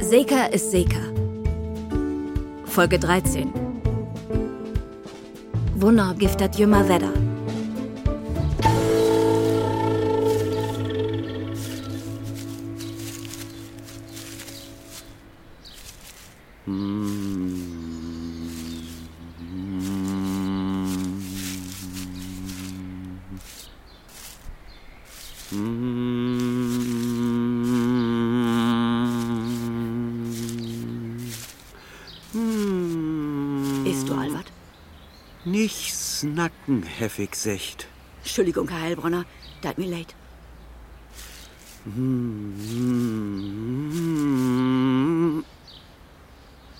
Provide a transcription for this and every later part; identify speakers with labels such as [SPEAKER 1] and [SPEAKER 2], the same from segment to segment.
[SPEAKER 1] Seika ist Seika. Folge 13. Wunder giftet Jümmer Wedder. Isst du, Albert?
[SPEAKER 2] Nicht snacken, heftig secht.
[SPEAKER 1] Entschuldigung, Herr Heilbronner, dat mir leid.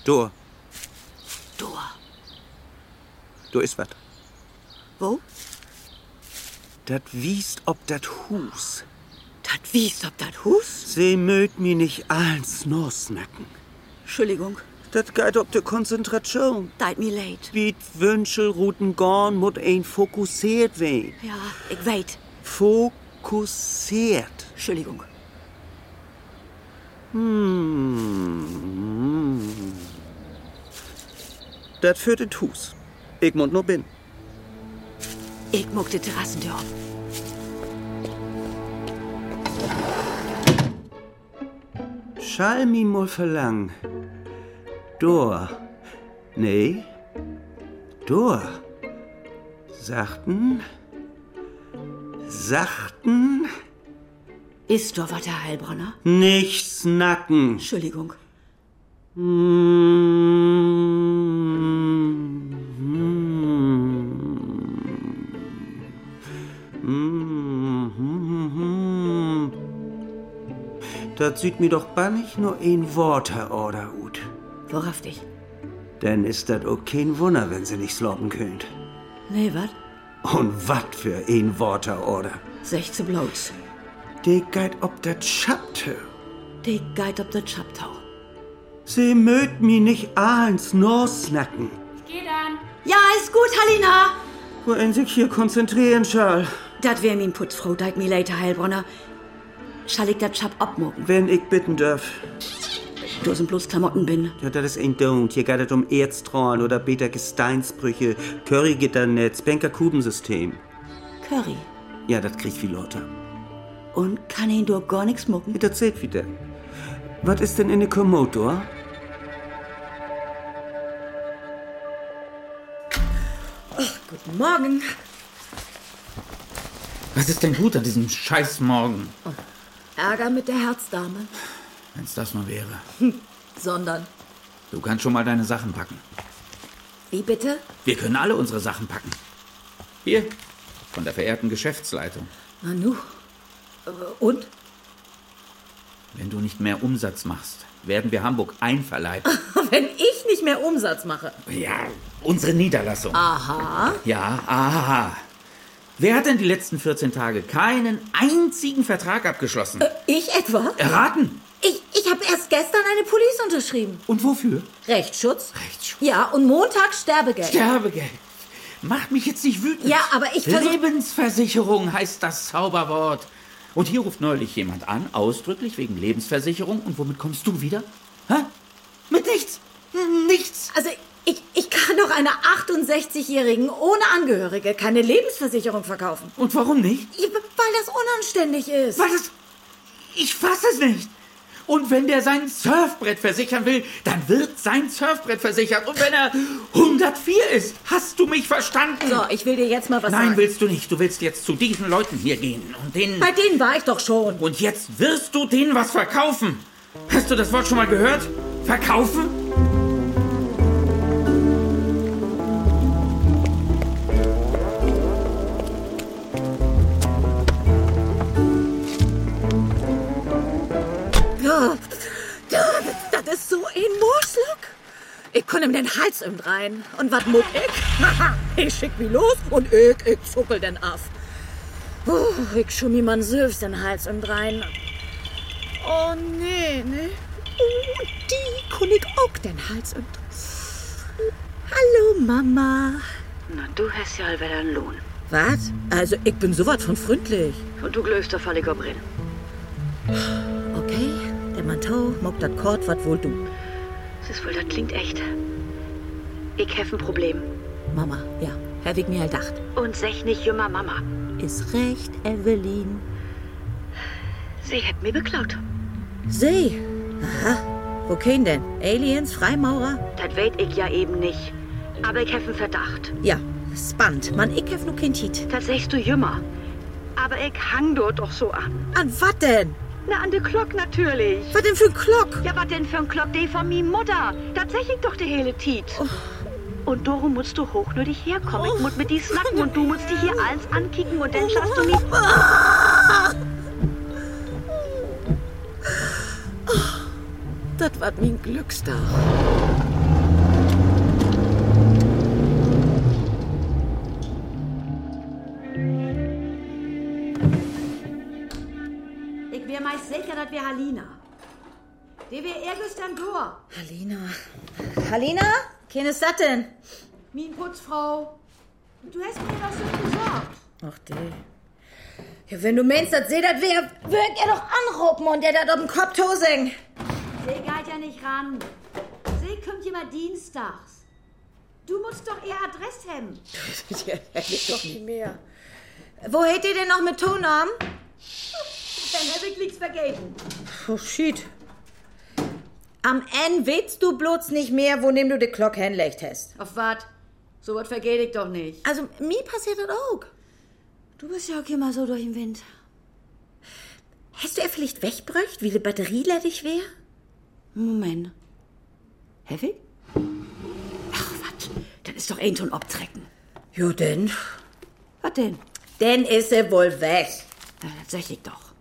[SPEAKER 2] Du,
[SPEAKER 1] Dor.
[SPEAKER 2] du is wat.
[SPEAKER 1] Wo?
[SPEAKER 2] Dat wiest ob dat Hus.
[SPEAKER 1] Dat wies ob dat Hus?
[SPEAKER 2] Se mögt mi nicht alls nur snacken.
[SPEAKER 1] Entschuldigung,
[SPEAKER 2] Dat geht ob de Konzentration.
[SPEAKER 1] dat mir leid.
[SPEAKER 2] Wie Wünschelruten gorn mut ein fokussiert wein.
[SPEAKER 1] Ja, ich weit.
[SPEAKER 2] Fokussiert.
[SPEAKER 1] Entschuldigung.
[SPEAKER 2] Dat führt in Hus. Ich mund nur bin.
[SPEAKER 1] Ich muck die Terrassentür auf.
[SPEAKER 2] Schall mi mal verlang. Dor. Nee. Dor. Sachten. Sachten.
[SPEAKER 1] Isst du, wat, Herr Heilbronner?
[SPEAKER 2] Nicht snacken.
[SPEAKER 1] Entschuldigung.
[SPEAKER 2] Das sieht mir doch bannig nur ein Wort, Herr Orderhut.
[SPEAKER 1] Worauf dich?
[SPEAKER 2] Denn ist das auch kein Wunder, wenn sie nicht sloppen könnt.
[SPEAKER 1] Nee, wat?
[SPEAKER 2] Und wat für ein Wort, Herr Order.
[SPEAKER 1] 16 bloß.
[SPEAKER 2] Die geht ob das schappte.
[SPEAKER 1] Die geit ob dat Chaptau.
[SPEAKER 2] Sie mögt mi nicht ahns nur snacken.
[SPEAKER 1] Ja, ist gut, Halina.
[SPEAKER 2] Wo en sich hier konzentrieren, Schall.
[SPEAKER 1] Dat wär min Putzfrau, deit mir leid, Herr Heilbronner. Schall ich dat Chap abmucken?
[SPEAKER 2] Wenn ich bitten darf.
[SPEAKER 1] Du sind bloß Klamotten bin.
[SPEAKER 2] Ja, das ist ein Don't. Hier geht es um Erztrollen oder beter Gesteinsbrüche, Currygitternetz, Bankerkubensystem.
[SPEAKER 1] Curry.
[SPEAKER 2] Ja, das kriegt viel Leute.
[SPEAKER 1] Und kann ihn doch gar nix mucken?
[SPEAKER 2] Mit erzählt wieder. Was ist denn in der Kommodor?
[SPEAKER 3] Guten Morgen.
[SPEAKER 4] Was ist denn gut an diesem Scheißmorgen?
[SPEAKER 3] Ärger mit der Herzdame.
[SPEAKER 4] Wenn's das nur wäre.
[SPEAKER 3] Sondern.
[SPEAKER 4] Du kannst schon mal deine Sachen packen.
[SPEAKER 3] Wie bitte?
[SPEAKER 4] Wir können alle unsere Sachen packen. Hier, von der verehrten Geschäftsleitung.
[SPEAKER 3] Nanu. Und?
[SPEAKER 4] Wenn du nicht mehr Umsatz machst, werden wir Hamburg einverleibt.
[SPEAKER 3] Wenn ich nicht mehr Umsatz mache.
[SPEAKER 4] Ja, unsere Niederlassung.
[SPEAKER 3] Aha.
[SPEAKER 4] Ja, aha. Wer hat denn die letzten 14 Tage keinen einzigen Vertrag abgeschlossen?
[SPEAKER 3] Ich etwa?
[SPEAKER 4] Erraten!
[SPEAKER 3] Ich, ich habe erst gestern eine Police unterschrieben.
[SPEAKER 4] Und wofür?
[SPEAKER 3] Rechtsschutz?
[SPEAKER 4] Rechtsschutz.
[SPEAKER 3] Ja, und Montag Sterbegeld.
[SPEAKER 4] Sterbegeld. Macht mich jetzt nicht wütend.
[SPEAKER 3] Ja, aber ich versuch-
[SPEAKER 4] Lebensversicherung heißt das Zauberwort. Und hier ruft neulich jemand an, ausdrücklich wegen Lebensversicherung. Und womit kommst du wieder? Hä? Mit nichts. Nichts.
[SPEAKER 3] also, ich, ich kann doch einer 68-Jährigen ohne Angehörige keine Lebensversicherung verkaufen.
[SPEAKER 4] Und warum nicht?
[SPEAKER 3] Ja, Weil das unanständig ist.
[SPEAKER 4] Was ist... Ich fasse es nicht. Und wenn der sein Surfbrett versichern will, dann wird sein Surfbrett versichert. Und wenn er 104 ist, hast du mich verstanden?
[SPEAKER 3] So, ich will dir jetzt mal was
[SPEAKER 4] Nein,
[SPEAKER 3] sagen.
[SPEAKER 4] willst du nicht. Du willst jetzt zu diesen Leuten hier gehen und denen...
[SPEAKER 3] Bei denen war ich doch schon.
[SPEAKER 4] Und jetzt wirst du denen was verkaufen. Hast du das Wort schon mal gehört? Verkaufen?
[SPEAKER 3] Ja, ja, das ist so ein Moorschluck. Ich kann ihm den Hals im rein. Und was muck ich? Haha, ich schick mich los und ich, ich zuckel den af. Puh, ich schon mir man Sülf den Hals im rein. Oh, nee, nee. Oh, die kann ich auch den Hals im Hallo, Mama.
[SPEAKER 1] Na, du hast ja all wieder einen Lohn.
[SPEAKER 3] Was? Also, ich bin sowas von freundlich.
[SPEAKER 1] Und du glöfst da völlig obrin.
[SPEAKER 3] Okay, dann man tau, mag dat Kord, wat wohl du.
[SPEAKER 1] Das ist wohl, das klingt echt. Ich habe ein Problem.
[SPEAKER 3] Mama, ja, hab ich mir halt gedacht.
[SPEAKER 1] Und sech nicht jümmer Mama.
[SPEAKER 3] Ist recht, Evelyn.
[SPEAKER 1] Sie hat mir beklaut.
[SPEAKER 3] See. Aha. Wo kein denn? Aliens, Freimaurer?
[SPEAKER 1] Das weet ich ja eben nicht. Aber ich habe einen Verdacht.
[SPEAKER 3] Ja, spannend. Man, ich hef nur kein Tiet.
[SPEAKER 1] Das sechst du jümmer. Aber ich hang dort doch so an.
[SPEAKER 3] An wat denn?
[SPEAKER 1] Na, an de Glock natürlich.
[SPEAKER 3] Was denn für ein Glock?
[SPEAKER 1] Ja, was denn für ein Glock, die von mi Mutter? Tatsächlich doch die hele Tiet. Und darum musst du hochnötig herkommen. Ich muss mit die snacken und du musst die hier alles ankicken und dann schaffst du mich.
[SPEAKER 3] Das war mein Glückstag.
[SPEAKER 1] Ich wär meist sicher, dass wir Halina. Die wär irgendwas dann durch.
[SPEAKER 3] Halina. Halina? Ken ist das denn?
[SPEAKER 1] Min Putzfrau. Du hast mir das nicht gesagt.
[SPEAKER 3] Ach, die. Ja, wenn du meinst, dass sie das wär, würd ihr doch anruppen und ihr das auf den Kopf tosing.
[SPEAKER 1] Sie geht ja nicht ran. Sie kommt immer dienstags. Du musst doch ihr Adress haben.
[SPEAKER 3] doch nicht mehr. Wo hätt ihr denn noch mit Tonamen?
[SPEAKER 1] Dann hab ich nichts vergeben.
[SPEAKER 3] Oh, shit. Am Ende willst du bloß nicht mehr, wo nimm du die Glock hinlegt hast.
[SPEAKER 1] Auf wat? So was vergeht ich doch nicht.
[SPEAKER 3] Also, mir passiert das auch.
[SPEAKER 1] Du bist ja auch immer so durch den Wind.
[SPEAKER 3] Hast du ihr vielleicht wegbröcht, wie die Batterie ledig wär?
[SPEAKER 1] Moment. Heavy? Ach, was? Dann ist doch ein Ton abtrecken.
[SPEAKER 3] Ja, denn.
[SPEAKER 1] Was denn?
[SPEAKER 3] Denn ist sie wohl weg.
[SPEAKER 1] Na, tatsächlich doch.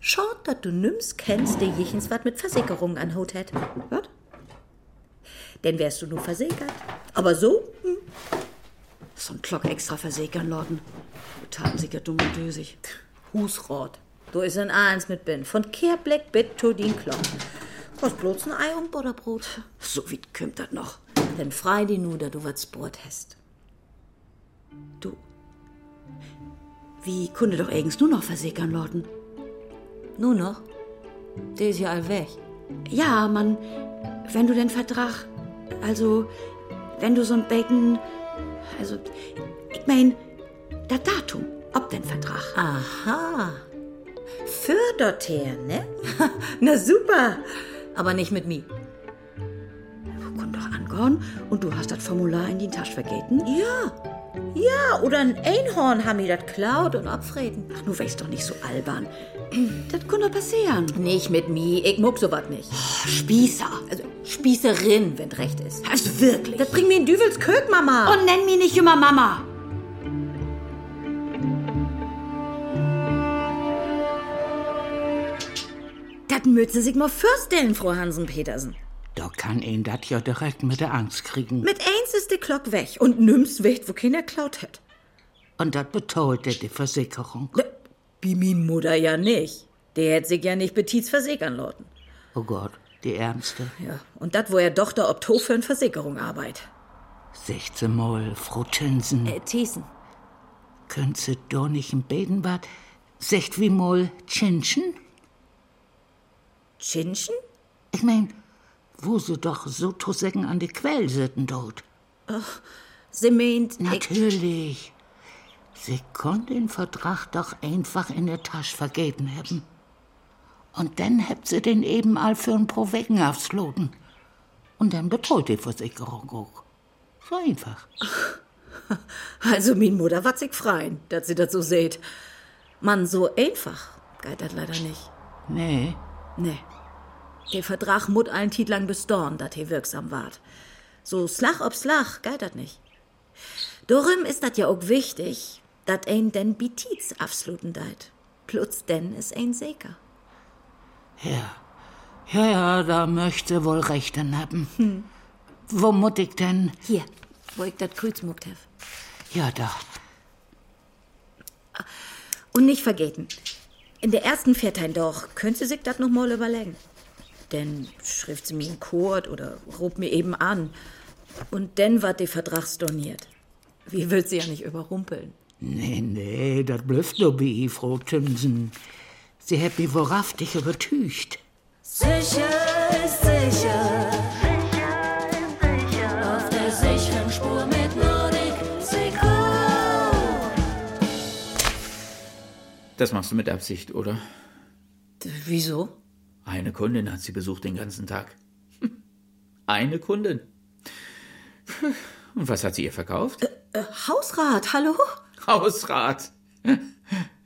[SPEAKER 3] Schaut, dass du nimmst, kennst, die jichens wat mit Versickerungen an Hut hat.
[SPEAKER 1] Was?
[SPEAKER 3] Denn wärst du nur versickert. Aber so? hm?
[SPEAKER 1] So ein Glock extra versägern lassen. Taten sich ja dumm und dösig.
[SPEAKER 3] Husrot. Du is in eins mit bin. Von Kehrblick bit to den Klopp. Kost bloß ein Ei und Butterbrot.
[SPEAKER 1] So wie kümmt das noch.
[SPEAKER 3] Denn frei die nur, dass du wat Brot hast.
[SPEAKER 1] Du. Wie kunde doch eigens nur noch versägern lassen?
[SPEAKER 3] Nur noch? Der ist ja all weg.
[SPEAKER 1] Ja, Mann, wenn du den Vertrag, also wenn du so ein Bacon, also ich mein, das Datum, ob den Vertrag. Ah,
[SPEAKER 3] Aha. Fördert her, ne? Na super. Aber nicht mit mir.
[SPEAKER 1] Du komm doch angehorn und du hast das Formular in die Tasche vergeten.
[SPEAKER 3] Ja. Ja, Ah, oder ein Einhorn haben mir das klaut und abfreden.
[SPEAKER 1] Ach, du weißt doch nicht so albern. Das kann doch passieren.
[SPEAKER 3] Nicht mit mir. Ich muck sowas nicht.
[SPEAKER 1] Spießer.
[SPEAKER 3] Also Spießerin, wenn recht ist.
[SPEAKER 1] Also wirklich.
[SPEAKER 3] Das bringt mir in Düvels Kök, Mama.
[SPEAKER 1] Und nenn mich nicht immer Mama.
[SPEAKER 3] das mütze sich mal vorstellen, Frau Hansen-Petersen.
[SPEAKER 5] Da kann ihn dat ja direkt mit der Angst kriegen.
[SPEAKER 3] Mit eins ist die Glock weg und nimmst weg, wo keiner klaut hat.
[SPEAKER 5] Und dat beteuert die Versicherung.
[SPEAKER 3] Ne, Wie min Mutter ja nicht. Der hätt sich ja nicht betiets versickern lassen.
[SPEAKER 5] Oh Gott, die Ärmste.
[SPEAKER 3] Ja, und dat, wo er doch da ob to für eine Versickerung arbeit.
[SPEAKER 5] 16 Mal, Frau Tönsen.
[SPEAKER 3] Äh, Thesen.
[SPEAKER 5] Könnt sie doch nicht im Bedenbad? Secht wie mal Tschinschen?
[SPEAKER 3] Chinchen?
[SPEAKER 5] Ich mein, wo sie doch so Tussecken an die Quell sitten dort.
[SPEAKER 3] Sie meint, ich,
[SPEAKER 5] Natürlich. Sie konnte den Vertrag doch einfach in der Tasche vergeben haben. Und dann habt sie den eben all für ein pro Wecken aufs Loten. Und dann betreut die Versicherung auch. So einfach.
[SPEAKER 3] also min Mutter wat sich freien, dat sie dat so seht. Mann, so einfach geht dat leider nicht.
[SPEAKER 5] Nee,
[SPEAKER 3] Nee. Der Vertrag mut allen Titlang bis Dorn, dat he wirksam ward. So slach ob slach, galt dat nicht. Dorim ist dat ja auch wichtig, dat ein den Bitiz absoluten deit. Plutz denn is ein Seker.
[SPEAKER 5] ja. Ja, ja, da möchte wohl Recht dann haben. Wo muss ich denn?
[SPEAKER 3] Hier, wo ich dat Kreuz muckt hef.
[SPEAKER 5] Ja, da.
[SPEAKER 3] Und nicht vergeten, in der ersten Viertein doch, könnt sie sich dat noch mal überlegen. Denn schrift sie mir in Kurt oder rob mir eben an. Und denn ward der Vertrag storniert. Wie will sie ja nicht überrumpeln?
[SPEAKER 5] Nee, nee, das blüfft nur bei Frau Tümsen. Sie hätt mich wahrhaftig übertücht.
[SPEAKER 6] Sicher, sicher. Auf der sicheren Spur mit Nordic Seco.
[SPEAKER 4] Das machst du mit Absicht, oder?
[SPEAKER 3] Wieso?
[SPEAKER 4] Eine Kundin hat sie besucht den ganzen Tag. Eine Kundin. Und was hat sie ihr verkauft?
[SPEAKER 3] Hausrat, hallo?
[SPEAKER 4] Hausrat.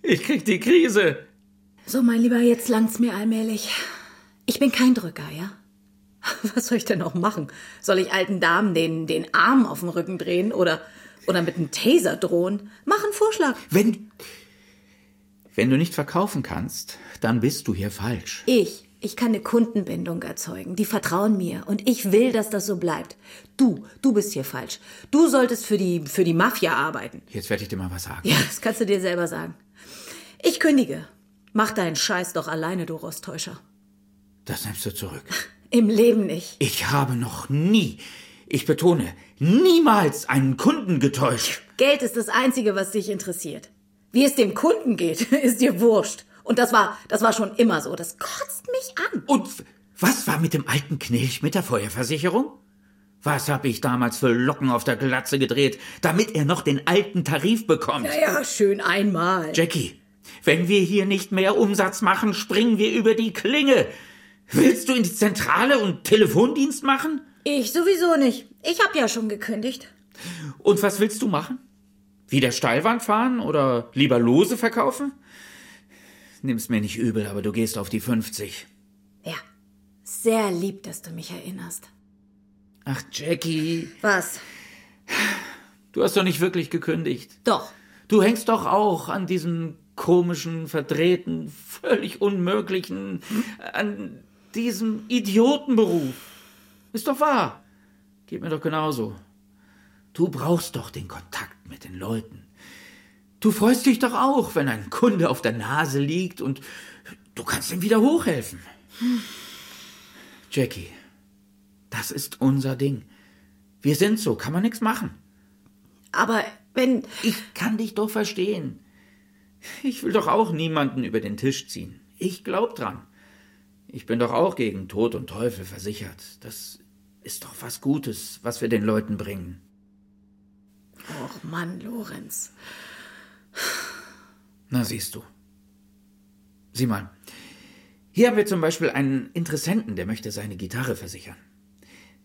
[SPEAKER 4] Ich krieg die Krise.
[SPEAKER 3] So, mein Lieber, jetzt langt's mir allmählich. Ich bin kein Drücker, ja? Was soll ich denn noch machen? Soll ich alten Damen den, den Arm auf den Rücken drehen oder, oder mit einem Taser drohen? Mach einen Vorschlag.
[SPEAKER 4] Wenn. Wenn du nicht verkaufen kannst, dann bist du hier falsch.
[SPEAKER 3] Ich, ich kann eine Kundenbindung erzeugen. Die vertrauen mir und ich will, dass das so bleibt. Du, du bist hier falsch. Du solltest für die, für die Mafia arbeiten.
[SPEAKER 4] Jetzt werde ich dir mal was sagen.
[SPEAKER 3] Ja, das kannst du dir selber sagen. Ich kündige. Mach deinen Scheiß doch alleine, du Rostäuscher.
[SPEAKER 4] Das nimmst du zurück.
[SPEAKER 3] Im Leben nicht.
[SPEAKER 4] Ich habe noch nie, ich betone, niemals einen Kunden getäuscht.
[SPEAKER 3] Geld ist das Einzige, was dich interessiert. Wie es dem Kunden geht, ist dir wurscht. Und das war, das war schon immer so. Das kotzt mich an.
[SPEAKER 4] Und was war mit dem alten Knilch mit der Feuerversicherung? Was habe ich damals für Locken auf der Glatze gedreht, damit er noch den alten Tarif bekommt?
[SPEAKER 3] Ja, schön einmal.
[SPEAKER 4] Jackie, wenn wir hier nicht mehr Umsatz machen, springen wir über die Klinge. Willst du in die Zentrale und Telefondienst machen?
[SPEAKER 3] Ich sowieso nicht. Ich hab ja schon gekündigt.
[SPEAKER 4] Und was willst du machen? Wieder Steilwand fahren oder lieber Lose verkaufen? Nimm's mir nicht übel, aber du gehst auf die 50.
[SPEAKER 3] Ja. Sehr lieb, dass du mich erinnerst.
[SPEAKER 4] Ach, Jackie,
[SPEAKER 3] Was?
[SPEAKER 4] du hast doch nicht wirklich gekündigt.
[SPEAKER 3] Doch.
[SPEAKER 4] Du hängst doch auch an diesem komischen, verdrehten, völlig unmöglichen, an diesem Idiotenberuf. Ist doch wahr. Geht mir doch genauso. Du brauchst doch den Kontakt mit den Leuten. Du freust dich doch auch, wenn ein Kunde auf der Nase liegt und du kannst ihm wieder hochhelfen. Jackie, das ist unser Ding. Wir sind so, kann man nichts machen.
[SPEAKER 3] Aber wenn.
[SPEAKER 4] Ich kann dich doch verstehen. Ich will doch auch niemanden über den Tisch ziehen. Ich glaub dran. Ich bin doch auch gegen Tod und Teufel versichert. Das ist doch was Gutes, was wir den Leuten bringen.
[SPEAKER 3] Och Mann, Lorenz.
[SPEAKER 4] Na siehst du. Sieh mal. Hier haben wir zum Beispiel einen Interessenten, der möchte seine Gitarre versichern.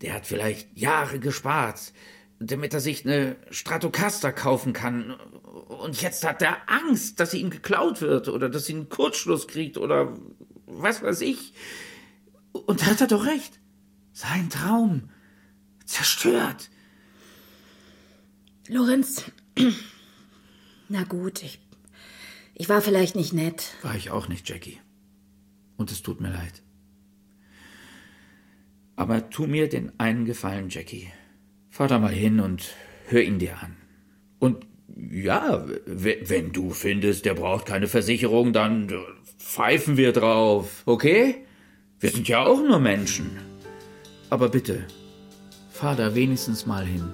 [SPEAKER 4] Der hat vielleicht Jahre gespart, damit er sich eine Stratocaster kaufen kann. Und jetzt hat er Angst, dass sie ihm geklaut wird oder dass sie einen Kurzschluss kriegt oder was weiß ich. Und da hat er doch recht. Sein Traum. Zerstört.
[SPEAKER 3] Lorenz. Na gut, ich. Ich war vielleicht nicht nett.
[SPEAKER 4] War ich auch nicht, Jackie. Und es tut mir leid. Aber tu mir den einen Gefallen, Jackie. Fahr da mal hin und hör ihn dir an. Und ja, we- wenn du findest, der braucht keine Versicherung, dann äh, pfeifen wir drauf, okay? Wir sind ja auch nur Menschen. Aber bitte, fahr da wenigstens mal hin.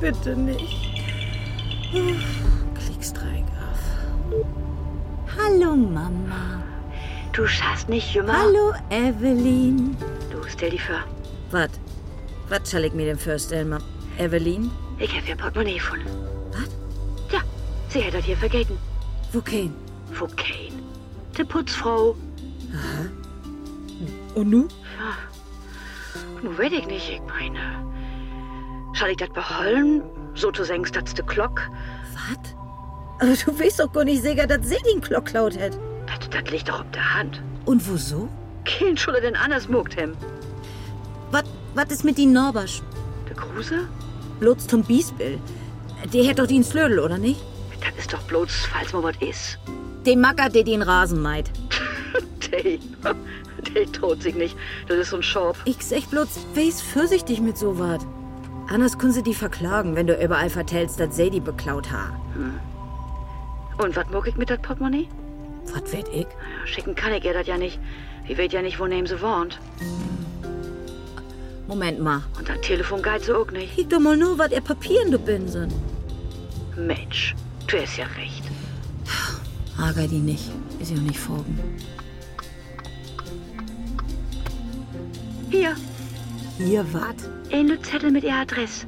[SPEAKER 3] Bitte nicht. Klickstreik auf.
[SPEAKER 7] Hallo Mama.
[SPEAKER 1] Du schaffst nicht, Jümmer.
[SPEAKER 7] Hallo Evelyn.
[SPEAKER 1] Du, stell dich vor,
[SPEAKER 3] Was? Was soll ich mir denn vorstellen, Mom? Evelyn?
[SPEAKER 1] ich hab ihr Portemonnaie gefunden. Was? Ja, sie hätte das hier vergessen.
[SPEAKER 3] Wo kein?
[SPEAKER 1] Wo kein? Die Putzfrau.
[SPEAKER 3] Und nu?
[SPEAKER 1] Nun weiß ich nicht, ich meine. Soll ich das behollen? So zu sagen, dass die Glock.
[SPEAKER 3] Was? Aber du weißt doch gar nicht sicher, dass sie den Glock klaut hat.
[SPEAKER 1] Das, das liegt doch auf der Hand.
[SPEAKER 3] Und wieso?
[SPEAKER 1] Kein Schulle denn anders muckt hem.
[SPEAKER 7] Was was ist mit die Norbasch?
[SPEAKER 1] Der Kruse?
[SPEAKER 3] Bloß zum Biesbill. Der hätt doch den Slödel, oder nicht?
[SPEAKER 1] Das ist doch bloß, falls mal was ist.
[SPEAKER 7] Dem Macker, der den Rasen meid.
[SPEAKER 1] Dey, Dey traut sich nicht. Das ist so ein Schorb.
[SPEAKER 3] Ich sag bloß, weis vorsichtig mit so wat. Anders können sie die verklagen, wenn du überall vertellst, dass sie die beklaut ha.
[SPEAKER 1] Und was muck ich mit das Portemonnaie?
[SPEAKER 3] Was werd ich?
[SPEAKER 1] Ja, Schicken kann ich ihr das ja nicht. Ich weet ja nicht, wo neben sie wohnt.
[SPEAKER 3] Moment mal.
[SPEAKER 1] Und das Telefon geht so auch nicht.
[SPEAKER 3] Kick doch mal nur, was ihr Papieren du binsen.
[SPEAKER 1] Mensch, du hast ja recht.
[SPEAKER 3] Hager die nicht. Ist ja nicht folgen.
[SPEAKER 1] Hier,
[SPEAKER 3] Ihr wart?
[SPEAKER 1] ein Zettel mit ihrer Adresse.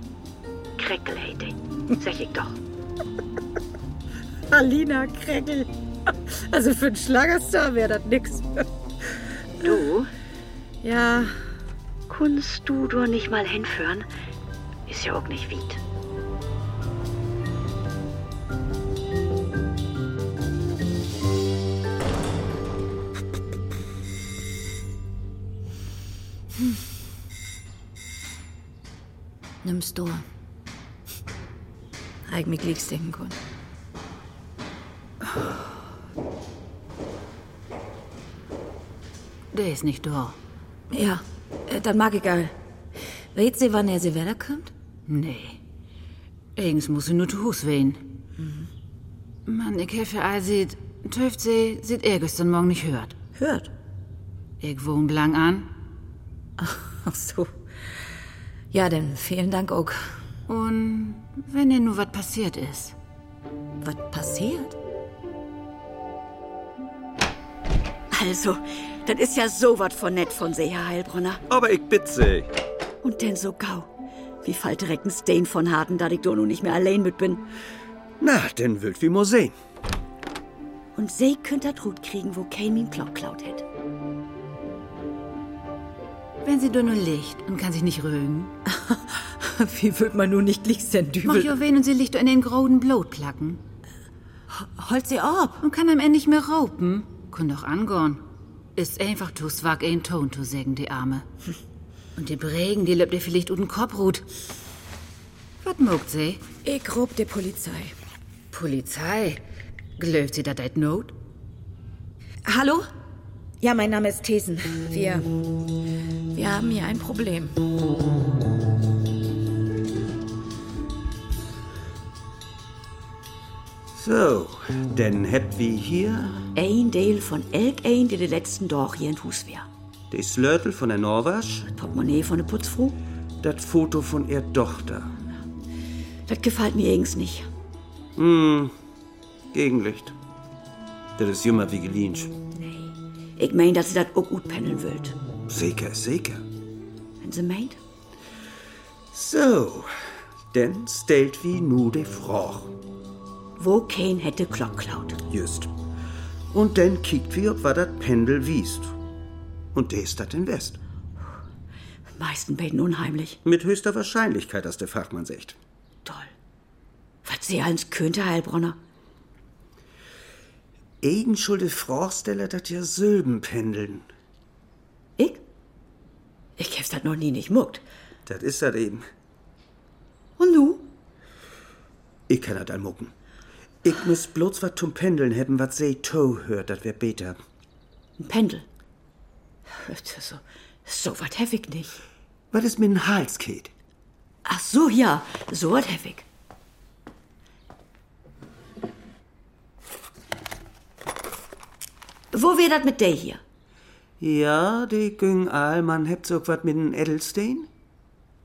[SPEAKER 1] Kreckel hätt ich. Sag ich doch.
[SPEAKER 8] Alina Kregel. Also für einen Schlagerstar wäre das nix.
[SPEAKER 1] Du,
[SPEAKER 8] Ja,
[SPEAKER 1] kunst du doch nicht mal hinführen? Ist ja auch nicht weit.
[SPEAKER 3] Nimmst du. Heig mich liegst denken können.
[SPEAKER 5] Der ist nicht da.
[SPEAKER 3] Ja, äh, dann mag ich all. Weet sie, wann er sie wieder kommt?
[SPEAKER 5] Nee. Irgends muss sie nur zu Hus wehen. Mann, ich helfe all sieht, töft sie, sieht er gestern Morgen nicht hört.
[SPEAKER 3] Hört.
[SPEAKER 5] Ich wohn lang an
[SPEAKER 3] Ach so. Ja, dann vielen Dank auch.
[SPEAKER 5] und wenn ihr nur was passiert ist.
[SPEAKER 3] Was passiert?
[SPEAKER 1] Also, das ist ja sowas von nett von See, Herr Heilbronner.
[SPEAKER 2] Aber ich bitte Sie.
[SPEAKER 1] Und denn so gau. Wie fall direkt ein Stain von Harten, da ich doch nun nicht mehr allein mit bin.
[SPEAKER 2] Na, denn wild wie muss sehen.
[SPEAKER 1] Und See könnt das Rut kriegen, wo kein min Plau klaut hätt.
[SPEAKER 5] Wenn sie dünne liegt und kann sich nicht rügen,
[SPEAKER 3] Wie wird man nur nicht liegst denn
[SPEAKER 5] mach ich auch wen und sie liegt in den groden Blut placken
[SPEAKER 3] Holt halt sie ab.
[SPEAKER 5] und kann am Ende nicht mehr raupen. Könnt doch angorn. Ist einfach zu swag ein Ton zu sägen, die Arme. Und die Bregen, die löbt ihr vielleicht unten Kopf ruht. Was mogt sie?
[SPEAKER 3] Ich rob der Polizei.
[SPEAKER 5] Polizei? Glöft sie da deit Not?
[SPEAKER 3] Hallo? Ja, mein Name ist Thesen. Wir. Wir haben hier ein Problem.
[SPEAKER 2] So, denn habt wir hier
[SPEAKER 1] Ein Dale von elk ein, der de letzten Dorch hier in Hus wär.
[SPEAKER 2] die Slörtel von der Norwasch,
[SPEAKER 1] Das Portemonnaie von der Putzfrau,
[SPEAKER 2] das Foto von ihr Tochter.
[SPEAKER 1] das gefällt mir irgends nicht.
[SPEAKER 2] Gegenlicht. Das ist jümmer wie gelinsch.
[SPEAKER 1] Ich mein, dass sie das auch gut pendeln wollt.
[SPEAKER 2] Sicher, ist sicher.
[SPEAKER 1] Wenn sie meint.
[SPEAKER 2] So, denn stellt wie nu de Froch.
[SPEAKER 1] Wo kein hätte Glock klaut.
[SPEAKER 2] Just. Und dann kickt wie, ob war dat Pendel wiest. Und der ist dat in West.
[SPEAKER 1] Meisten beten unheimlich.
[SPEAKER 2] Mit höchster Wahrscheinlichkeit, dass der Fachmann sagt.
[SPEAKER 1] Toll. Was sie als könnte, Heilbronner.
[SPEAKER 2] Egen schulde Frochsteller dat ja Sylben pendeln.
[SPEAKER 1] Ich? Ich hab's das noch nie nicht muckt.
[SPEAKER 2] Dat is dat eben.
[SPEAKER 1] Und nu?
[SPEAKER 2] Ich kann dat all mucken. Ich muss bloß wat zum Pendeln hebben, wat se to hört, dat wär beter.
[SPEAKER 1] Ein Pendel. So, so was hab ich nicht.
[SPEAKER 2] Wat is mit den Hals geht?
[SPEAKER 1] Ach so, ja, so was hab ich. Wo wär das mit der hier?
[SPEAKER 2] Ja, de güng all, man hebt so wat mit den Edelstein?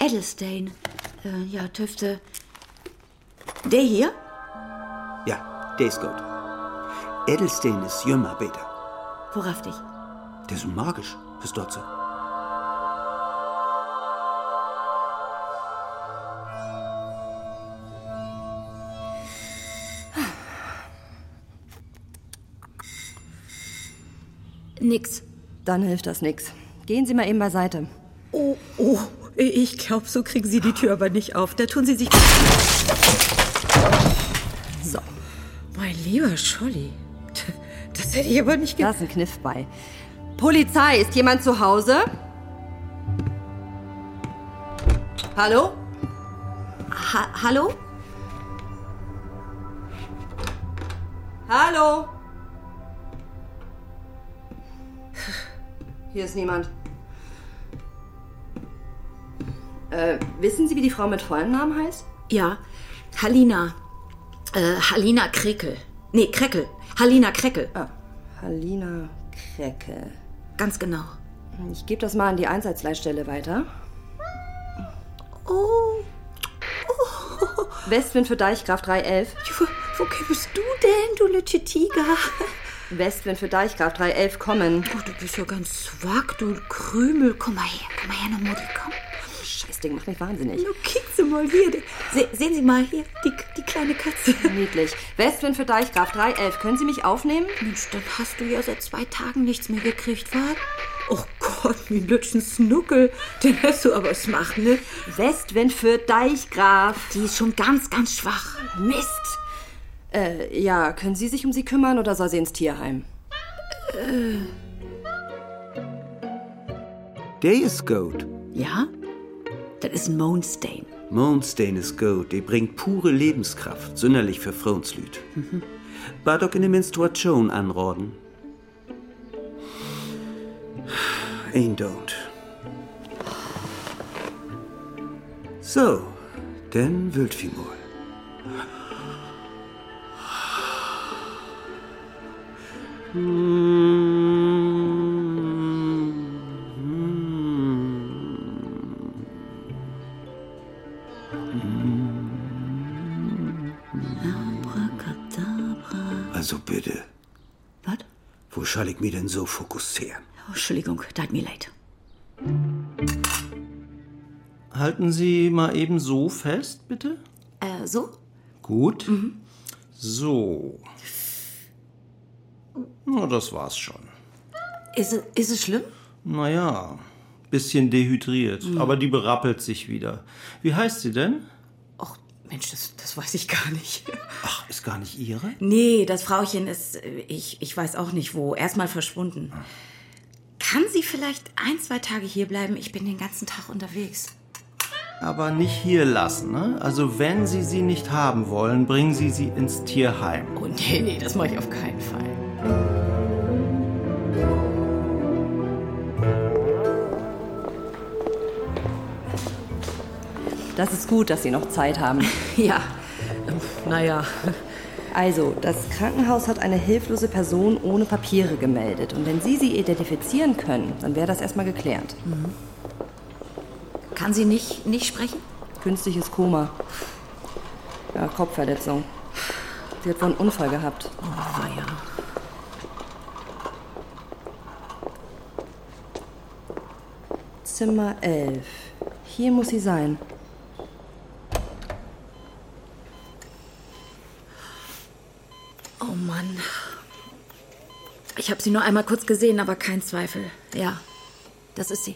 [SPEAKER 1] Edelstein. Äh, ja, Tüfte. Der hier?
[SPEAKER 2] Ja, der ist gut. Edelstein ist jümmer, beter.
[SPEAKER 1] Worauf dich?
[SPEAKER 2] Der ist magisch, fürs dort so.
[SPEAKER 3] Nix.
[SPEAKER 9] Dann hilft das nix. Gehen Sie mal eben beiseite.
[SPEAKER 8] oh, oh. Ich glaube, so kriegen Sie die Tür aber nicht auf. Da tun Sie sich.
[SPEAKER 9] So,
[SPEAKER 8] Mein lieber Scholli. Das hätte ich aber nicht
[SPEAKER 9] da
[SPEAKER 8] gedacht.
[SPEAKER 9] ist ein Kniff bei. Polizei, ist jemand zu Hause? Hallo?
[SPEAKER 3] Ha Hallo?
[SPEAKER 9] Hallo? Hier ist niemand. Äh, wissen Sie, wie die Frau mit vollem Namen heißt?
[SPEAKER 3] Ja, Halina. Äh, Halina Krekel. Nee, Krekel. Halina Krekel.
[SPEAKER 9] Ah, Halina Krecke.
[SPEAKER 3] Ganz genau.
[SPEAKER 9] Ich gebe das mal an die Einsatzleitstelle weiter.
[SPEAKER 1] Oh,
[SPEAKER 9] Westwind für Deichgraf 311.
[SPEAKER 1] wo, wo bist du denn, du lütsche Tiger?
[SPEAKER 9] Westwind für Deichgraf 311 kommen.
[SPEAKER 1] Oh, du bist ja ganz wack, du Krümel. Komm mal her, komm mal her, noch Mutti, komm.
[SPEAKER 9] Scheiß Ding macht mich wahnsinnig.
[SPEAKER 1] Du kiekst mal hier. Se, sehen Sie mal hier, die, die kleine Katze.
[SPEAKER 9] Niedlich. Westwind für Deichgraf 311. Können Sie mich aufnehmen?
[SPEAKER 1] Mensch, dann hast du ja seit zwei Tagen nichts mehr gekriegt, wa? Oh Gott, mein lütschen Snuckel. Den hast du aber smach, ne?
[SPEAKER 9] Westwind für Deichgraf.
[SPEAKER 1] Die ist schon ganz, ganz schwach.
[SPEAKER 9] Mist. Äh, ja, können Sie sich um sie kümmern oder soll sie ins Tierheim?
[SPEAKER 2] Der ist gut.
[SPEAKER 1] Ja? Das ist ein Moonstain.
[SPEAKER 2] Moonstein ist gut. Die bringt pure Lebenskraft. Sünderlich für Frauenslüd. Bardock in der Menstruation anraten. Ain't don't. So, denn Wildfimol.
[SPEAKER 1] Abracadabra.
[SPEAKER 2] Also bitte,
[SPEAKER 1] Was?
[SPEAKER 2] wo soll ich mich denn so fokussieren?
[SPEAKER 1] Oh, Entschuldigung, tat mir leid.
[SPEAKER 10] Halten Sie mal eben so fest, bitte.
[SPEAKER 1] Äh, so?
[SPEAKER 10] Gut. So. Na, das war's schon.
[SPEAKER 1] Ist, es- ist es schlimm?
[SPEAKER 10] Naja, bisschen dehydriert, aber die berappelt sich wieder. Wie heißt sie denn?
[SPEAKER 7] Och, Mensch, das, das weiß ich gar nicht.
[SPEAKER 10] Ach, ist gar nicht ihre?
[SPEAKER 7] Nee, das Frauchen ist, äh, ich, ich weiß auch nicht wo, erstmal verschwunden.
[SPEAKER 10] Ah.
[SPEAKER 7] Kann sie vielleicht ein, zwei Tage hier bleiben? Ich bin den ganzen Tag unterwegs.
[SPEAKER 10] Aber nicht hier lassen, ne? Also, wenn Sie sie nicht haben wollen, bringen Sie sie ins Tierheim.
[SPEAKER 7] Oh nee, nee, das mache ich auf keinen Fall.
[SPEAKER 9] Das ist gut, dass Sie noch Zeit haben.
[SPEAKER 7] Ja, naja.
[SPEAKER 9] Also, das Krankenhaus hat eine hilflose Person ohne Papiere gemeldet. Und wenn Sie sie identifizieren können, dann wäre das erstmal geklärt.
[SPEAKER 1] Kann sie nicht, nicht sprechen?
[SPEAKER 9] Künstliches Koma. Ja, Kopfverletzung. Sie hat wohl einen Unfall gehabt. Zimmer 11. Hier muss sie sein.
[SPEAKER 7] Oh Mann. Ich habe sie nur einmal kurz gesehen, aber kein Zweifel. Ja, das ist sie.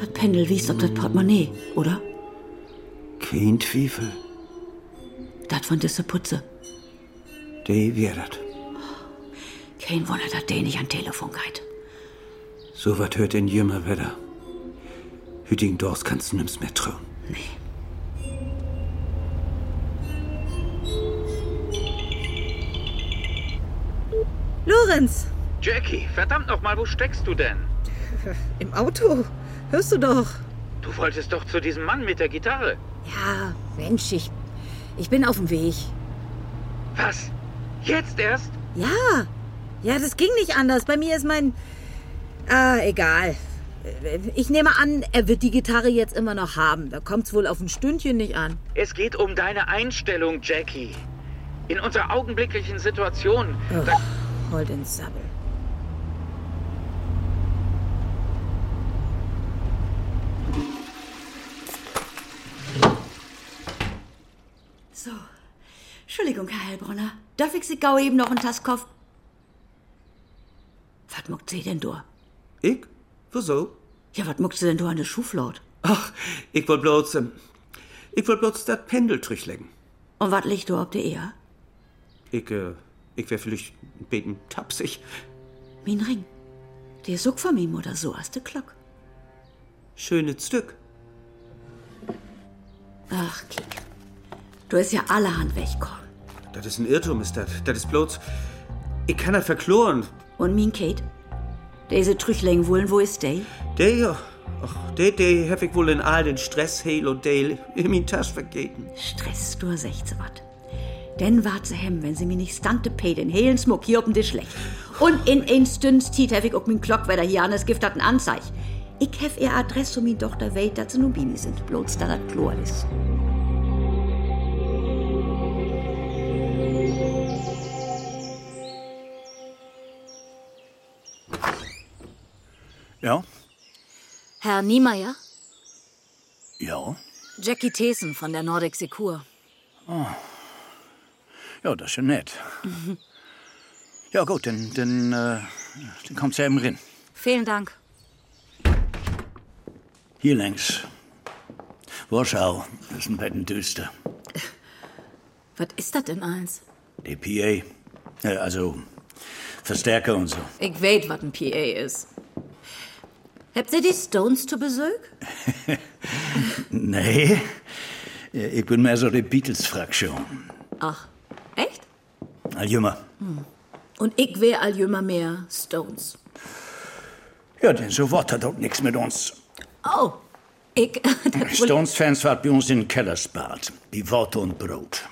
[SPEAKER 1] Das Pendel wies auf das Portemonnaie, oder?
[SPEAKER 2] Kein Zweifel,
[SPEAKER 1] Das von Disse Putze.
[SPEAKER 2] der wär dat.
[SPEAKER 1] Kein Wunder, dass der nicht an Telefon geht.
[SPEAKER 2] So wat hört in jümmer Wetter. Hütigen Dors kannst du nimm's mehr trauen.
[SPEAKER 3] Lorenz,
[SPEAKER 11] Jackie, verdammt nochmal, wo steckst du denn?
[SPEAKER 3] im Auto. Hörst du doch.
[SPEAKER 11] Du wolltest doch zu diesem Mann mit der Gitarre.
[SPEAKER 3] Ja, Mensch, ich, ich bin auf dem Weg.
[SPEAKER 11] Was? Jetzt erst?
[SPEAKER 3] Ja, ja, das ging nicht anders. Bei mir ist mein. Ah, egal. Ich nehme an, er wird die Gitarre jetzt immer noch haben. Da kommt's wohl auf ein Stündchen nicht an.
[SPEAKER 11] Es geht um deine Einstellung, Jackie. In unserer augenblicklichen Situation. Da
[SPEAKER 3] Hol den Sabbel.
[SPEAKER 1] So. Entschuldigung, Herr Hellbrunner. Darf ich Sie gau eben noch einen Tasskopf? Was muckt Sie denn du?
[SPEAKER 2] Ich? Wieso?
[SPEAKER 1] Ja, was muckst du denn du an der Schuhflaut?
[SPEAKER 2] Ach, ich wollt bloß, ähm, ich wollt bloß dat Pendel trüchlecken.
[SPEAKER 1] Und was liegt du auf der Ehe?
[SPEAKER 2] Ich, äh, ich wär vielleicht ein beten tapsig.
[SPEAKER 1] Mein Ring. Der ist auch von ihm oder so, hast du Glock.
[SPEAKER 2] Schönes Stück.
[SPEAKER 1] Ach, Kick. Du hast ja allerhand wegkommen.
[SPEAKER 2] Das ist ein Irrtum, ist das. Das ist bloß, ich kann das verkloren.
[SPEAKER 1] Und mein Kate? Diese Trüchling wollen, wo ist der?
[SPEAKER 2] Der ja, Der, der habe ich wohl in all den Stress, Hale und Dale, in min Tasch vergeten.
[SPEAKER 1] Stress, du sechze wat. Denn wart sie hem, wenn sie mir nicht stante pay den hehlen Smuck hier oben Tisch legt. Und in ein Stünd's Tiet hef ich auch min Glockwärter hier an, es gibt dat ein Anzeich. Ich hef ihr Adresse und min Tochter weht, dat sie nun Bini sind, bloß da dat Chlor ist.
[SPEAKER 12] Ja?
[SPEAKER 13] Herr Niemeyer,
[SPEAKER 12] Ja?
[SPEAKER 13] Jackie Thesen von der Nordic Secur.
[SPEAKER 12] Oh. Ja, das ist ja nett. Ja, gut, dann, dann, äh, dann kommt's ja eben rein.
[SPEAKER 13] Vielen Dank.
[SPEAKER 12] Hier längs. Warschau ist ein bisschen düster.
[SPEAKER 13] Was ist das denn eins?
[SPEAKER 12] Die PA. Äh, also Verstärker und so.
[SPEAKER 13] Ich weet, was ein PA ist. Habt ihr die Stones zu Besuch?
[SPEAKER 12] Nee, äh, ich bin mehr so die Beatles-Fraktion.
[SPEAKER 13] Ach,
[SPEAKER 12] Aljümmer.
[SPEAKER 13] hm. Und ich wär alljümmer mehr Stones.
[SPEAKER 12] Ja, denn so Wort hat auch nichts mit uns.
[SPEAKER 13] Oh, ich...
[SPEAKER 12] Stones-Fans war bei uns in Kellersbad. Die Worte und Brot.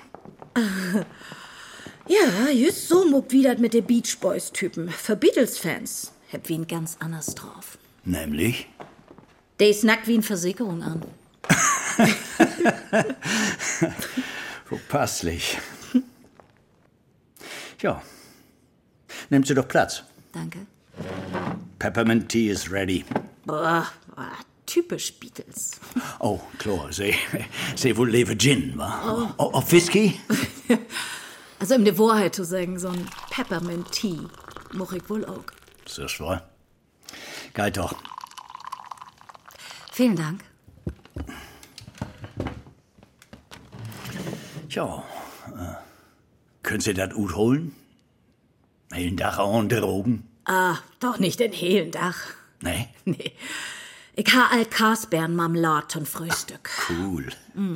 [SPEAKER 13] ja, just so muck wie das mit den Beach Boys-Typen. Für Beatles-Fans. Hab wie ein ganz anders drauf.
[SPEAKER 12] Nämlich?
[SPEAKER 13] Der snackt wie ein Versicherung an.
[SPEAKER 12] So passlich. Ja. Nehmt Sie doch Platz.
[SPEAKER 13] Danke.
[SPEAKER 12] Peppermint Tea is ready.
[SPEAKER 13] Boah, boah, typisch Beatles.
[SPEAKER 12] Oh, klar, Sie, Sie wohl lebe Gin, wa? Oh. Auf Whisky?
[SPEAKER 13] Also um die Wahrheit zu sagen, so ein Peppermint Tea moch ich wohl auch.
[SPEAKER 12] Ist das wahr? Geil doch.
[SPEAKER 13] Vielen Dank.
[SPEAKER 12] Tja, äh, können Sie das gut holen? Einen Dach an der Drogen?
[SPEAKER 13] Ah, doch nicht den hehlen Dach.
[SPEAKER 12] Nee?
[SPEAKER 13] Nee. Ich ha all Karsbeerenmarmelade zum Frühstück.
[SPEAKER 12] Cool.
[SPEAKER 13] Mm.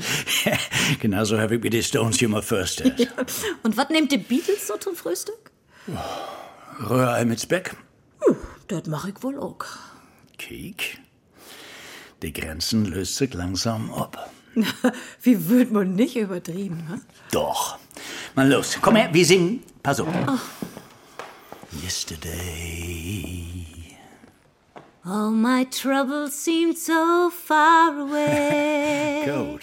[SPEAKER 12] Genauso habe ich mir die Stones immer first.
[SPEAKER 13] Und was nehmt die Beatles so zum Frühstück?
[SPEAKER 12] Rührei mit Speck.
[SPEAKER 13] Das mach ich wohl auch.
[SPEAKER 12] Kiek. Die Grenzen löst sich langsam ab.
[SPEAKER 13] Wie würd man nicht übertrieben, ne?
[SPEAKER 12] Doch. Mal los. Komm her, wir singen. Pass auf. Yesterday.
[SPEAKER 13] All my troubles seem so far away.
[SPEAKER 12] Gut.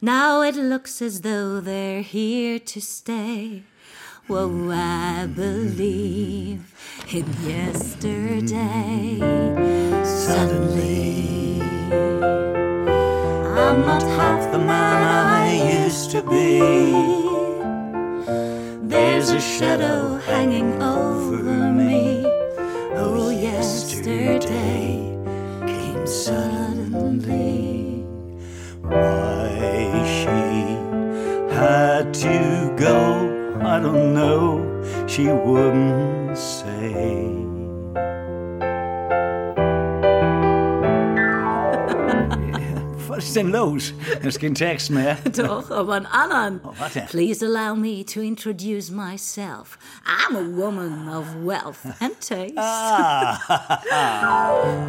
[SPEAKER 13] Now it looks as though they're here to stay. Whoa, I believe in yesterday. Suddenly,
[SPEAKER 6] I'm not half the man I used to be.
[SPEAKER 13] there's a shadow hanging over me. Oh, yesterday came suddenly.
[SPEAKER 12] Why
[SPEAKER 10] she had to go, I don't know. She wouldn't say.
[SPEAKER 12] Was ist denn los? Er Es gibt Text mehr.
[SPEAKER 13] Doch, aber einen anderen.
[SPEAKER 7] Oh,
[SPEAKER 12] warte.
[SPEAKER 13] Please allow me to introduce myself. I'm a woman of wealth and taste.
[SPEAKER 7] Ah.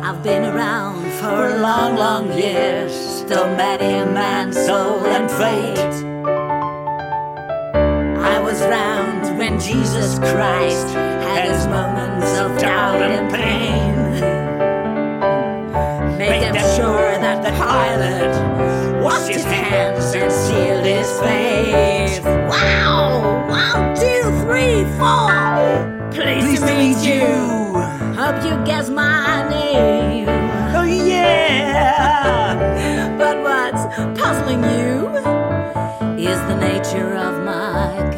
[SPEAKER 13] I've been around for a long, long years. Still many a man's soul and fate. I was round when Jesus Christ had his moments of doubt and pain. Made them sure that the pilot washed his hands and sealed his face. Wow! One, two, three, four. Pleased to meet you. Hope you guess my name. Oh yeah! but what's puzzling you is the nature of my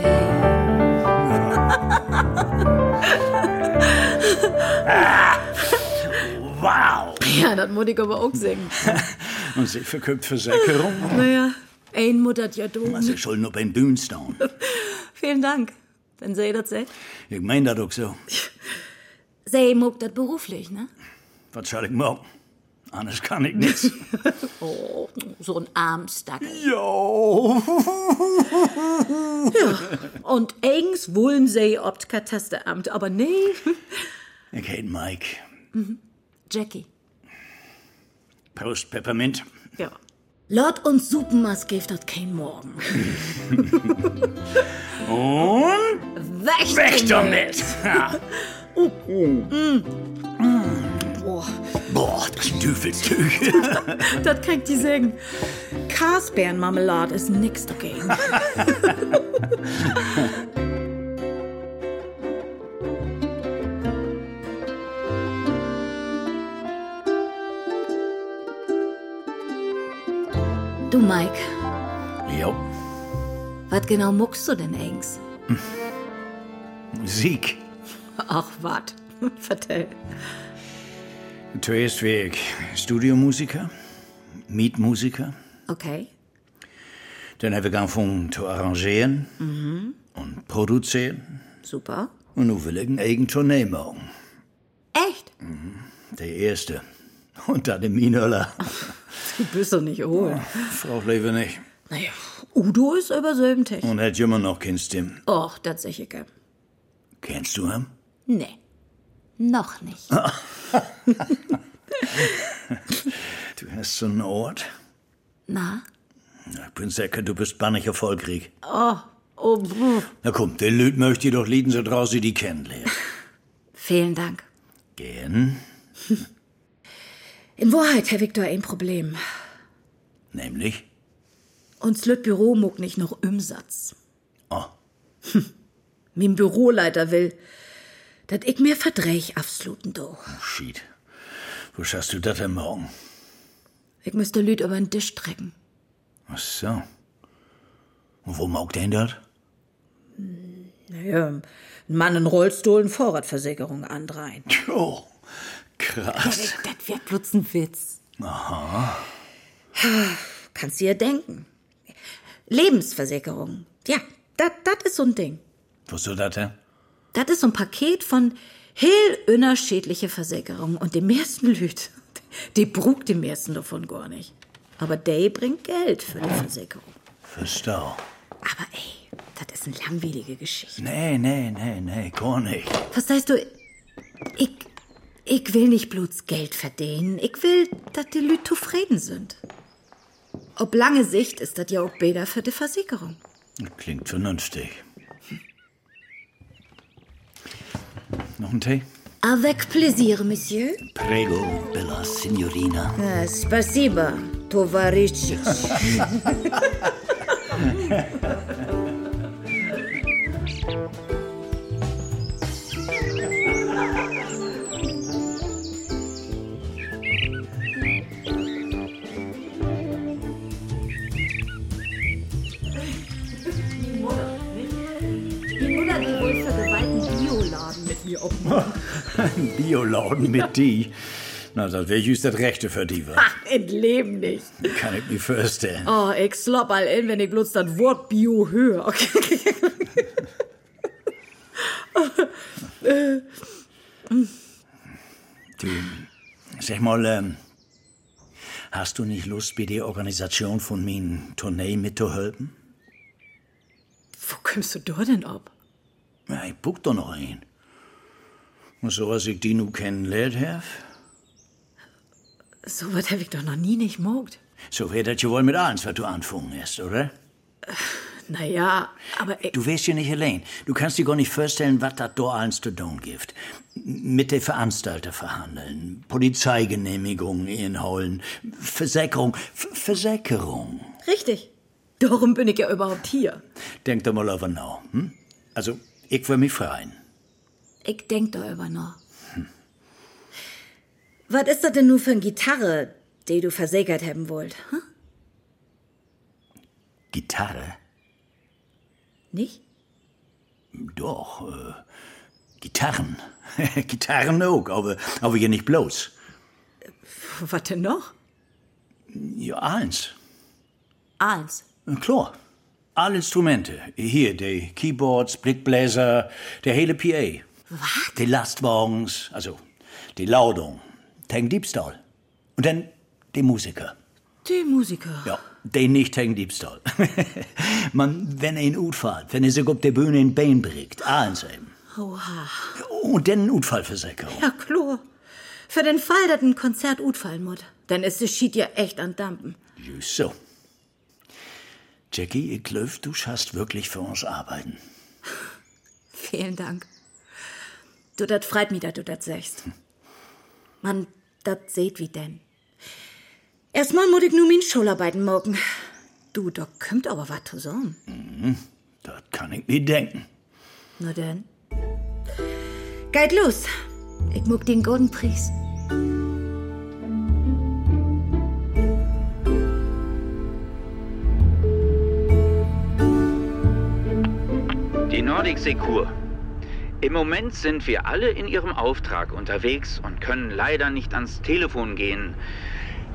[SPEAKER 13] game.
[SPEAKER 12] wow!
[SPEAKER 13] Ja, das muss ich aber auch singen.
[SPEAKER 12] Und sie verküpft Versäckerung.
[SPEAKER 13] Naja, ein muttert ja dumm.
[SPEAKER 12] Was ist schon nur beim Dünstown?
[SPEAKER 13] Vielen Dank. Wenn sie das sagt.
[SPEAKER 12] Ich mein das auch so.
[SPEAKER 13] Sie mag das beruflich, ne?
[SPEAKER 12] Was soll ich machen? Anders kann ich nichts.
[SPEAKER 13] Oh, so ein Armstackel.
[SPEAKER 12] Jo!
[SPEAKER 13] ja. Und eigens wollen sie obt Katasteramt, aber nee.
[SPEAKER 12] Ich hate Mike.
[SPEAKER 13] Mhm. Jackie.
[SPEAKER 12] Prost, Peppermint.
[SPEAKER 1] Ja.
[SPEAKER 14] Lord und Supermas geeft dat kein Morgen.
[SPEAKER 12] Und?
[SPEAKER 14] Weg
[SPEAKER 12] Weg damit!
[SPEAKER 14] damit.
[SPEAKER 12] Ja.
[SPEAKER 3] Boah,
[SPEAKER 12] Boah, das Tüfelstüchel.
[SPEAKER 3] das kann ich dir sagen. Karsbeerenmarmelade ist nix dagegen.
[SPEAKER 14] Du Mike,
[SPEAKER 12] Jo,
[SPEAKER 14] was genau muckst du denn engs?
[SPEAKER 12] Musik.
[SPEAKER 1] Ach, wat. Vertell.
[SPEAKER 12] Zuerst war ich Studiomusiker, Mietmusiker.
[SPEAKER 1] Okay.
[SPEAKER 12] Dann habe ich angefangen zu arrangieren,
[SPEAKER 1] Mhm.
[SPEAKER 12] produzieren.
[SPEAKER 1] Super.
[SPEAKER 12] Und nun will ich eine eigene Tournee machen. Mhm.
[SPEAKER 1] Echt?
[SPEAKER 12] Der erste. Und dann im Minöller.
[SPEAKER 1] Du bist doch nicht hohl.
[SPEAKER 12] Frau Leve nicht.
[SPEAKER 1] Naja, Udo ist übersöhntig.
[SPEAKER 12] Und hat immer noch kein Stimm.
[SPEAKER 1] Och, tatsächlich. gell.
[SPEAKER 12] Kennst du ihn?
[SPEAKER 14] Nee, noch nicht.
[SPEAKER 12] Du hast so einen Ort.
[SPEAKER 14] Na?
[SPEAKER 12] Na, Prinzecke, du bist bannig erfolgreich.
[SPEAKER 14] Oh, oh, bruh.
[SPEAKER 12] Na komm, der Lüd möchte doch lieben, so draußen die kennenlernen.
[SPEAKER 14] Vielen Dank.
[SPEAKER 12] Gern,
[SPEAKER 3] In Wahrheit, Herr Victor, ein Problem.
[SPEAKER 12] nämlich.
[SPEAKER 3] Uns lüt Büro muck nicht noch Umsatz.
[SPEAKER 12] Oh.
[SPEAKER 3] Mim Büroleiter will, dat ich mir Verdreh absoluten do.
[SPEAKER 12] Schied. Wo schaffst du das denn morgen?
[SPEAKER 14] Ich müsste Lüd über den Tisch strecken.
[SPEAKER 12] Ach so. Und wo mag denn das?
[SPEAKER 3] Naja, ein Mann in Rollstuhl und Vorratversicherung andrein.
[SPEAKER 12] Oh, krass.
[SPEAKER 3] Das wird bloß ein Witz.
[SPEAKER 12] Aha.
[SPEAKER 3] Kannst dir denken. Lebensversicherung. Ja, das ist so ein Ding.
[SPEAKER 12] Was soll das denn?
[SPEAKER 3] Das ist so ein Paket von heel unerschädliche Versicherungen und dem meisten Lüt. Die brugt dem meisten davon gar nicht. Aber der bringt Geld für die Versicherung.
[SPEAKER 12] Verstau.
[SPEAKER 3] Das ist eine langweilige Geschichte.
[SPEAKER 12] Nee, nee, nee, nee, gar nicht.
[SPEAKER 14] Was heißt du?
[SPEAKER 3] Ich, ich will nicht bloß Geld verdienen. Ich will, dass die Lüt zufrieden sind. Ob lange Sicht ist das ja auch besser für die Versicherung.
[SPEAKER 12] Klingt vernünftig. Noch ein Tee?
[SPEAKER 14] Avec plaisir, Monsieur.
[SPEAKER 12] Prego, Bella Signorina.
[SPEAKER 3] Eh,
[SPEAKER 14] Äh, Спасибо, товарищи.
[SPEAKER 1] Die Mutter, die wohl für gewalten Bioladen mit mir offen.
[SPEAKER 12] Ein Bioladen mit die. Na, das wäre just das Rechte für die, was?
[SPEAKER 3] Im Leben nicht.
[SPEAKER 12] Kann ich mir vorstellen.
[SPEAKER 3] Oh, ich slopp all in, wenn ich bloß das Wort Bio höre. Okay. Äh,
[SPEAKER 12] Du, sag mal, ähm, hast du nicht Lust, bei der Organisation von meinen Tournee mitzuhelfen?
[SPEAKER 3] Wo kommst du da denn ab?
[SPEAKER 12] Ja, ich buch doch noch ein. Und so, als ich die nun kennenlernt habe,
[SPEAKER 3] So was hab ich doch noch nie nicht mogt.
[SPEAKER 12] so wär das ja wohl mit eins, was du anfangen hast, oder?
[SPEAKER 3] Naja, aber ich,
[SPEAKER 12] Du wärst ja nicht allein. Du kannst dir gar nicht vorstellen, was das da eins zu tun gibt. M- Mit den Veranstalter verhandeln, Polizeigenehmigungen einholen, Versickerung, F Versickerung.
[SPEAKER 3] Richtig. Darum bin ich ja überhaupt hier.
[SPEAKER 12] Denk da mal over now, hm? Also, ich will mich freien.
[SPEAKER 14] Ich denk da über noch.
[SPEAKER 7] Was ist das denn nur für eine Gitarre, die du versichert haben wollt? Hm?
[SPEAKER 12] Gitarre?
[SPEAKER 3] Nicht?
[SPEAKER 12] Doch, äh, Gitarren. Gitarren auch, aber, aber ja nicht bloß.
[SPEAKER 3] Was denn noch?
[SPEAKER 12] Ja, eins.
[SPEAKER 14] Eins.
[SPEAKER 12] Klar. Alle Instrumente. Hier, die Keyboards, Blickbläser, der hele PA. Was? Die Lastwagens, also die Laudung, Tang Diebstahl. Und dann die Musiker.
[SPEAKER 3] Die Musiker.
[SPEAKER 12] Ja, die nicht Tang Diebstahl. Man, wenn er in Utfahrt, wenn er sich auf der Bühne in Bein bricht, eins eben.
[SPEAKER 14] Oha.
[SPEAKER 12] Und dann Unfallversicherung.
[SPEAKER 14] Ja, Chlor. Für den Fall, dass ein Konzert utfallen muss.
[SPEAKER 3] Denn es schied ja echt an Dampen.
[SPEAKER 12] Just so. Jackie, ich glaube, du hast wirklich für uns arbeiten.
[SPEAKER 3] Vielen Dank. Du, das freut mich, dass du das sagst. Man, das seht wie denn. Erstmal muss ich nur min Schularbeiten morgen. Du, da kommt aber was zusammen.
[SPEAKER 12] Mhm. Das kann ich nicht denken.
[SPEAKER 3] Na denn. Geht los. Ich muck den Golden Preis.
[SPEAKER 4] Die Nordic Secur. Im Moment sind wir alle in ihrem Auftrag unterwegs und können leider nicht ans Telefon gehen.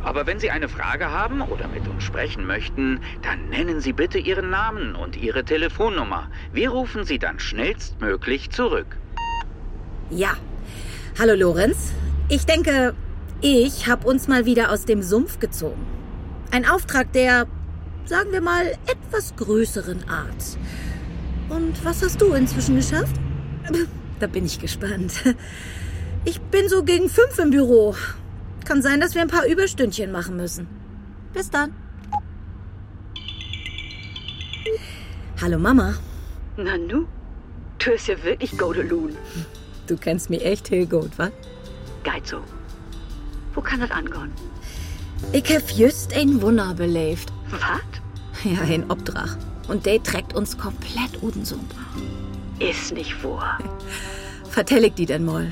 [SPEAKER 4] Aber wenn Sie eine Frage haben oder mit uns sprechen möchten, dann nennen Sie bitte Ihren Namen und Ihre Telefonnummer. Wir rufen Sie dann schnellstmöglich zurück.
[SPEAKER 3] Ja. Hallo Lorenz. Ich denke, ich hab uns mal wieder aus dem Sumpf gezogen. Ein Auftrag der, sagen wir mal, etwas größeren Art. Und was hast du inzwischen geschafft? Da bin ich gespannt. Ich bin so gegen fünf im Büro. Kann sein, dass wir ein paar Überstündchen machen müssen. Bis dann. Hallo Mama.
[SPEAKER 15] Nanu, du bist ja wirklich Godelun.
[SPEAKER 3] Du kennst mich echt heel gut, wa?
[SPEAKER 15] Geht so. Wo kann das angehen?
[SPEAKER 3] Ich hab just ein Wunder belebt.
[SPEAKER 15] Was?
[SPEAKER 3] Ja, ein Obdrach. Und der trägt uns komplett Udensump.
[SPEAKER 15] Ist nicht wahr.
[SPEAKER 3] Vertell ich die denn mal.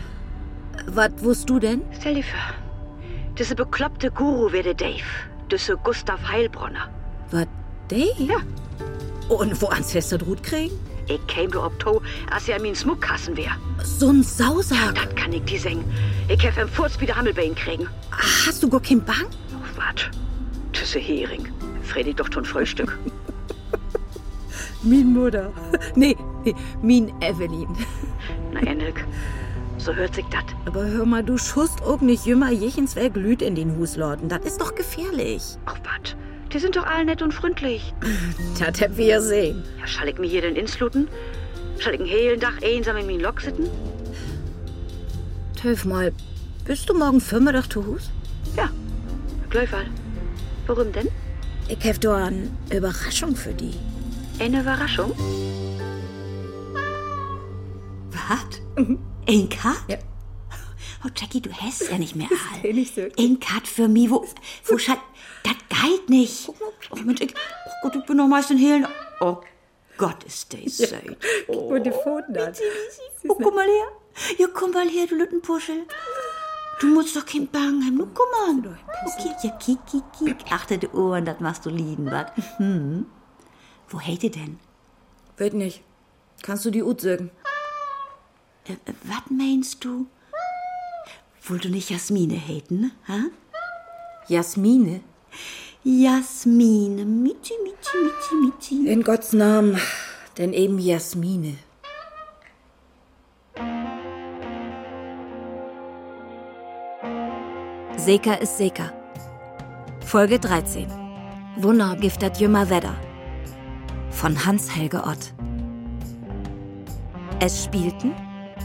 [SPEAKER 3] Was wusst du denn?
[SPEAKER 15] Stell dir vor, diese bekloppte Guru werde Dave, diese Gustav Heilbronner.
[SPEAKER 3] Was, der? Ja. Und wo ans feste Rut kriegen?
[SPEAKER 15] Ich käme du ob to, als er mir in Smuckkassen wär.
[SPEAKER 3] So ein Sausack.
[SPEAKER 15] Das kann ich die singen. Ich hab im Furz wieder Hammelbein kriegen.
[SPEAKER 3] Hast du gar keinen Bang?
[SPEAKER 15] Oh, wat? Diese Hering. Freddy doch schon Frühstück.
[SPEAKER 3] Min Mutter. Nee, nee, min Evelyn.
[SPEAKER 15] Na, Enrik, so hört sich das.
[SPEAKER 3] Aber hör mal, du schust auch nicht jümmer jechens wer glüht in den Huslorden. Das ist doch gefährlich.
[SPEAKER 15] Ach, wat? Die sind doch all nett und freundlich.
[SPEAKER 3] Das hab wir sehen.
[SPEAKER 15] Ja, schall ich mir hier den Insluten? Schall ich den hehlen Dach einsam in min Lok sitten?
[SPEAKER 3] Töf mal, bist du morgen Firmedach zu Hus?
[SPEAKER 15] Ja, gleichfall. Warum denn?
[SPEAKER 3] Ich hab da eine Überraschung für die.
[SPEAKER 15] Eine Überraschung?
[SPEAKER 1] Was? Ein Card? Ja. Oh, Jackie, du hast ja nicht mehr all. Ein Card für mich, wo, wo schat, das galt nicht. Oh Mensch, ich, oh Gott, ich bin noch meist in Hehlen. Oh Gott, ist das ja. süß.
[SPEAKER 16] Guck mal die Pfoten an.
[SPEAKER 1] Oh, komm mal her. Ja, komm mal her, du Lüttenpuschel. Du musst doch kein Bang haben. Nun, komm mal. Okay, ja, kiek, kiek, kiek. Achte die Ohren, das machst du lieben, wat? Hm. Wo hält ihr denn?
[SPEAKER 3] Wird nicht. Kannst du die Ut sagen?
[SPEAKER 1] Äh, äh, was meinst du? Wollt du nicht Jasmine haten, ha?
[SPEAKER 3] Jasmine?
[SPEAKER 1] Jasmine, Michi, Michi, Michi, Michi.
[SPEAKER 3] In Gottes Namen, denn eben Jasmine. Seka ist Seka. Folge 13. Wunder giftet jümmer Wedder. Von Hans-Helge Ott. Es spielten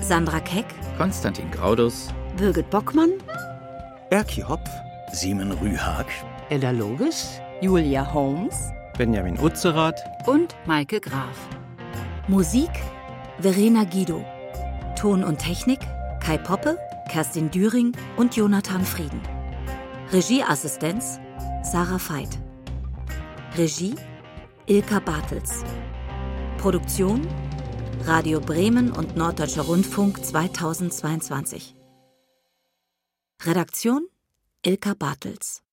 [SPEAKER 3] Sandra Keck,
[SPEAKER 17] Konstantin Graudus,
[SPEAKER 1] Birgit Bockmann,
[SPEAKER 18] Erki Hopf,
[SPEAKER 12] Simon Rühag,
[SPEAKER 2] Edda Loges, Julia Holmes,
[SPEAKER 18] Benjamin Utzerath
[SPEAKER 2] und Maike Graf.
[SPEAKER 3] Musik Verena Guido. Ton und Technik Kai Poppe, Kerstin Düring und Jonathan Frieden. Regieassistenz Sarah Veit. Regie Ilka Bartels. Produktion Radio Bremen und Norddeutscher Rundfunk 2022. Redaktion Ilka Bartels